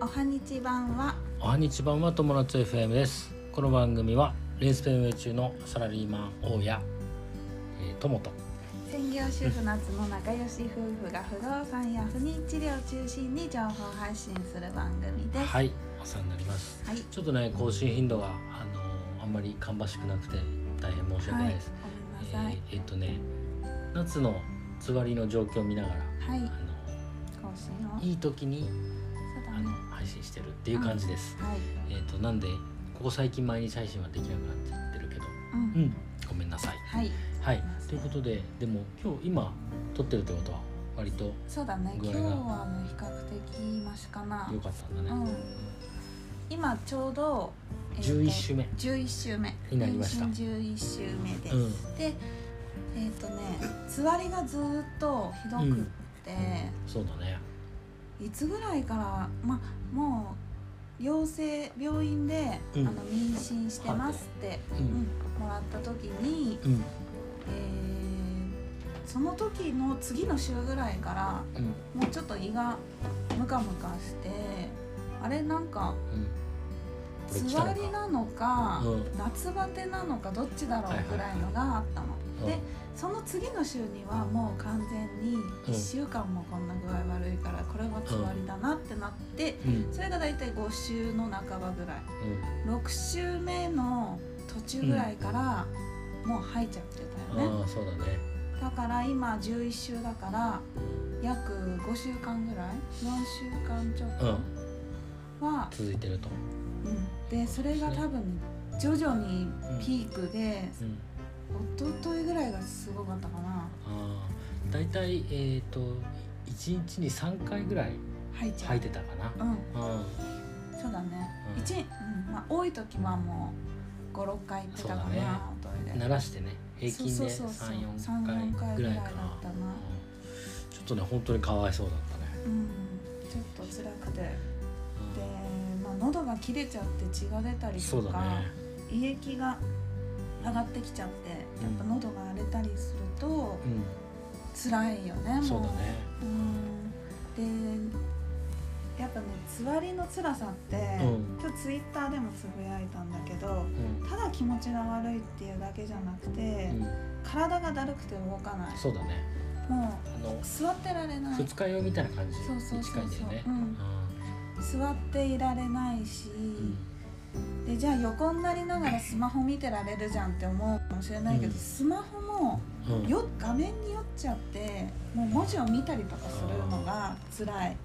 はにち版はおはにちばんは友達 FM ですこの番組はレースペンウェイ中のサラリーマン大家、えー、友と専業主婦夏の仲良し夫婦が不動産や不妊治療を中心に情報発信する番組です。はいお世話になりますはい。ちょっとね更新頻度があのーあんまり芳しくなくて大変申し訳はないいです、。ごめんなさい。えーえっとね夏のつわりの状況を見ながら、はい。あ更新を。のいい時にそうあだのね。配信してるっていう感じです、はい。えっ、となんでここ最近毎日配信はできなくなっちゃってるけどう。うんんごめんなさいはい。はいということででも今日今撮ってるってことは割とそうだね。具今合日がはね比較的マシかな。良かったんだうね、ん。今ちょうど11週目十一週目になりました十一週目です。うんで、えっ、とね、つわりがずーっとひどくって。そうだねいつぐらいから、まあ、もう陽性病院で、うんあの妊娠してますって、いうんもらった時に、うんえーその時の次の週ぐらいからうんもうちょっと胃がムカムカしてあれなんかうんこれ来つたわのりかなのか、うん夏バテなのかどっちだろうぐらいのがあったの。はいはいはいでその次の週にはもう完全に1週間もこんな具合悪いからこれはつわりだなってなって。うんそれが大体5週の半ばぐらいうん6週目の途中ぐらいからもう吐いちゃってたよね、ああそうだねだから今11週だから約5週間ぐらい4週間ちょっうとんは、続いてるとうんでそれが多分徐々にピークで、うん一昨日ぐらいがすごかったかなああ大体えっ、と1日に3回ぐらい吐いちゃう、吐いてたかなうんうんそうだね、うん一うんまあ、多い時はもう56回行ってたかな、そうだねおトイレ慣らしてね平均そうでそうそうそう34回ぐらいか3-4回ぐらいだなったなうんちょっとね本当にかわいそうだったねうんちょっと辛くてで、まあ、喉が切れちゃって血が出たうりんとそうだか、ね胃液が上がってきちゃってやっぱ喉が荒れたりするとう辛いよねもんうそうだねうんでやっぱねつわりの辛さって、うん今日ツイッターでもつぶやいたんだけどうんただ気持ちが悪いっていうだけじゃなくて、うん体がだるくて動かないそうだねもあのう座ってられない二日酔いみたいな感じそうそうにそうそ近ういんだよねうん座っていられないし、うんでじゃあ横になりながらスマホ見てられるじゃんって思うかもしれないけど、うんスマホもうんよ画面に酔っちゃってもう文字を見たりとかするのが辛い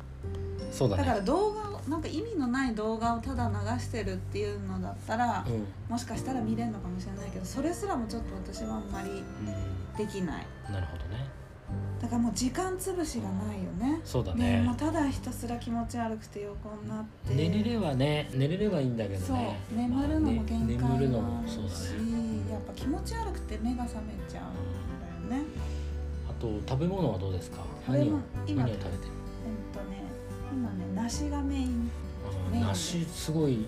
そうだだねから動画をなんか意味のない動画をただ流してるっていうのだったら、うんうんもしかしたら見れるのかもしれないけどそれすらもちょっと私はあんまりできないなるほどねだからもう時間潰しがないよねそうだねもねうただひたすら気持ち悪くて横になって寝れればね寝れればいいんだけどそうねまあ眠るのも限界があね眠るのもるしそうだねやっぱ気持ち悪くて目が覚めちゃうんだよねあと食べ物はどうですか食べ何を物今何を食べてるうんとね今ね梨がメインあメインー梨すごい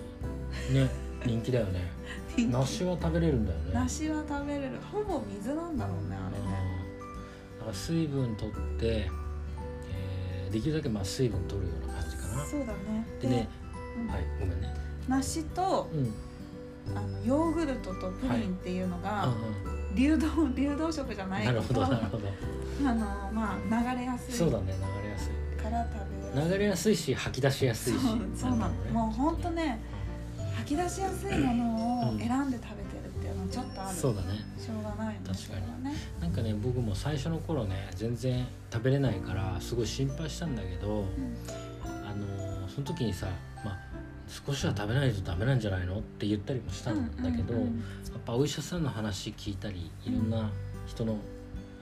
ね人気だよね梨は食べれるんだよね梨は食べれるほぼ水なんだろうねあれねうんだから水分取って、えーできるだけまあ水分取るような感じかなそうだねでねうんはいごめんね梨とうんうんあのヨーグルトとプリンっていうのが流動流動食じゃうなんいなけるどほどなるほど あのまあ流れやすいそうだね流れやすいから食べやすい流れやすいし吐き出しやすいしそうそうなの、んだろもうほんとね吐き出しやすいものを選んで食べてるっていうのはちょっとある、そうだねしょうがないよね確かにそれはねなんかね僕も最初の頃ね全然食べれないからすごい心配したんだけうど、んあのーその時にさ、まあ、少しは食べないとダメなんじゃないのって言ったりもしたんだけど、うんうんうんやっぱお医者さんの話聞いたりいろんな人の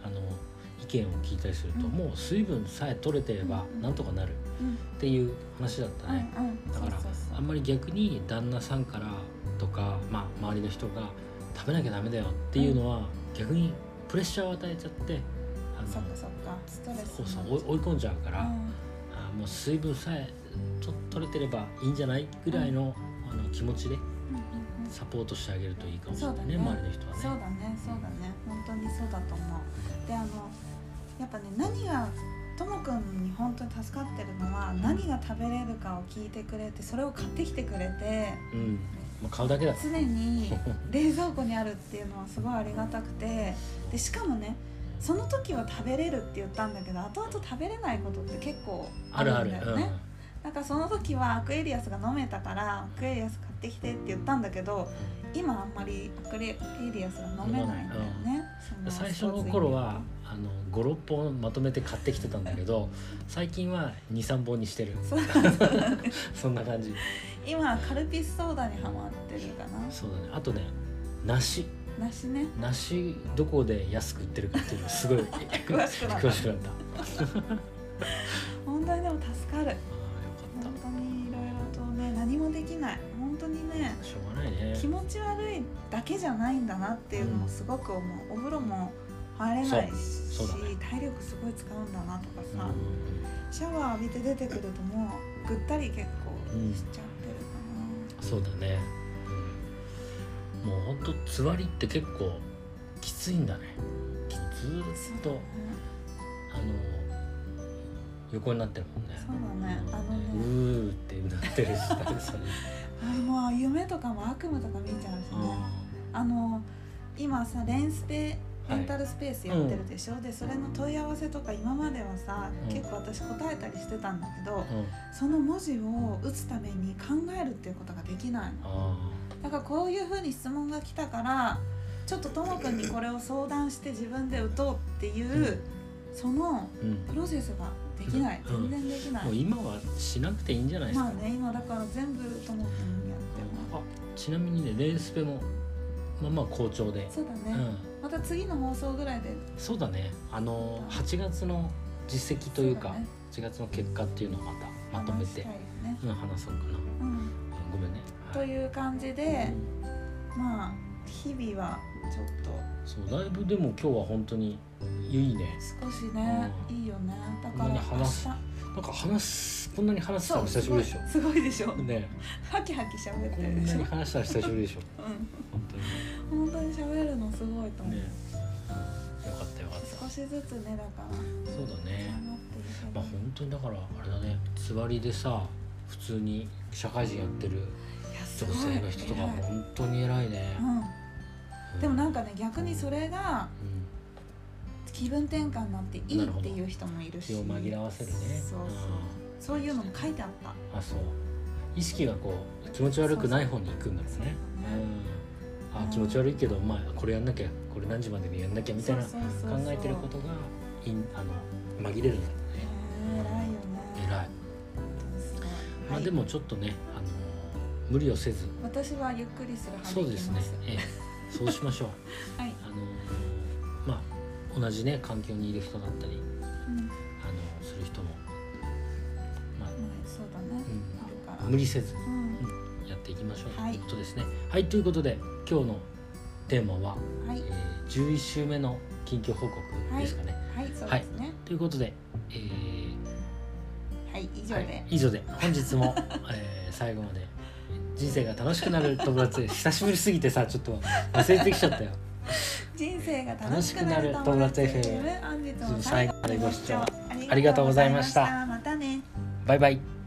あの意見を聞いたりすると、うんもう水分さえ取れてればうんなんとかなるうんっていう話だったね、うんうんだからそうそうあんまり逆に旦那さんからとか、まあ、周りの人が食べなきゃダメだよっていうのは、逆にプレッシャーを与えちゃってあのそうそっかそっかストレスそうそうになっちゃ追い追い込んじゃうかうら、あーもう水分さえと取れてればいいんじゃないぐらいの,、あの気持ちでうんうんうんうんサポートしてあげるといいかもしれないねそうだね周りの人はね。そうだねそうだね本当にそうだと思うであのやっぱね何がともくんに本当に助かってるのは何が食べれるかを聞いてくれてそれを買ってきてくれてうんまあ、買うだけだ常 に冷蔵庫にあるっていうのはすごいありがたくてでしかもねその時は食べれるって言ったんだけど後々食べれないことって結構あるあんるだうよんねなんかその時はアクエリアスが飲めたからアクエリアス買ってきてって言ったんだけど今あんまりアクエリアスが飲めないんだよね、そ最初の頃はあの56本まとめて買ってきてたんだけど最近は23本にしてるスポーツに そうそんな感じ今カルピスソーダにハマってるかなそうだねあとね梨梨ね梨どこで安く売ってるかっていうのすご い詳しくなった詳しくなったあ本当にでも助かるあよか本っ当にいろいろとね何もできない本当にねたしょうがないね気持ち悪いだけじゃないんだなっていうのをすごく思う、お風呂も入れないし、そうそうだね体力すごい使うんだなとかうんさ、シャワー浴びて出てくるともうぐったり結構うんしちゃってるかな、そうだね、うん、もうほんとつわりって結構きついんだねずーっとあの横になってるもんねそうだねあのうねーってうなってるし大さ にあれもう夢とかも悪夢とか見ちゃうしね、あの今さレンスペレンタルスペースやってるでしょ、でそれの問い合わせとか今まではさ、うん結構私答えたりしてたんだけど、うんその文字を打つために考えるっていうことができないのあだからこういうふうに質問が来たからちょっとともくんにこれを相談して自分で打とうっていうそのーうんプロセスができないうん全然できない、もう今はしなくていいんじゃないですか、まあね今だから全部ともくんにやってもあちなみにねレースペもまあまあ好調で、そうだね、うん、また次の放送ぐらいでそうだねあの8月の実績というそかうだね8月の結果っていうのをまたまとめ話してたいよね、うん話そうかなうん、うんごめんね、とういう感じでまあ日々はちょっとそうだいぶでも今日は本当にいいね少しね、うんいいよねだこかんらなに明話日すなんか話すこんなに話したの久しぶりでしょすごいすごいでしょねハキハキ喋っこてんるでなしょに話したの久しぶりでしょう本当にん本当に喋るのすごいと思う、ねよかったよかっ少しずつねだから頑たそうだね張ってるけどまあ本当にだからあれだねつわりでさ普通に社会人やってるいやす女ごい性の人とかも偉い本当に偉いね、うん、でもなんかね逆にそれがうん気分転換になっていいなるほっどていう人もいるし気を紛らわせるねそううんそうそういうのも書いてあったあそう意識がこう気持ち悪くない方に行くんだろうねそうそううん、あ気持ち悪いけどまあこれやんなきゃこれ何時までにやんなきゃみたいな考そうそうそうそうえてることがいんあの紛れるんだろねうねえ偉いよね偉い、本当にすごいまはあいでもちょっとねあの無理をせず私はゆっくりする派そうですね生きまええそうしま しょうはい、あのまあ同じね環境にいる人だったりうん、まあのする人もまああ、そうだね、うんあるから無理せずうんやっていきましょう、はいということですね。はいということで今日のテーマは、はいえー11週目の緊急報告ですかね。はいそうですねということで、えーはい、以上で、はい、以上で本日 も、えー最後まで人生が楽しくなる友達久しぶりすぎてさちょっと忘れてきちゃったよ。人生が楽しくなる友達 FM 本日も最後までご視聴あありりががととうごうござざいいままししたたまたねバイバイ。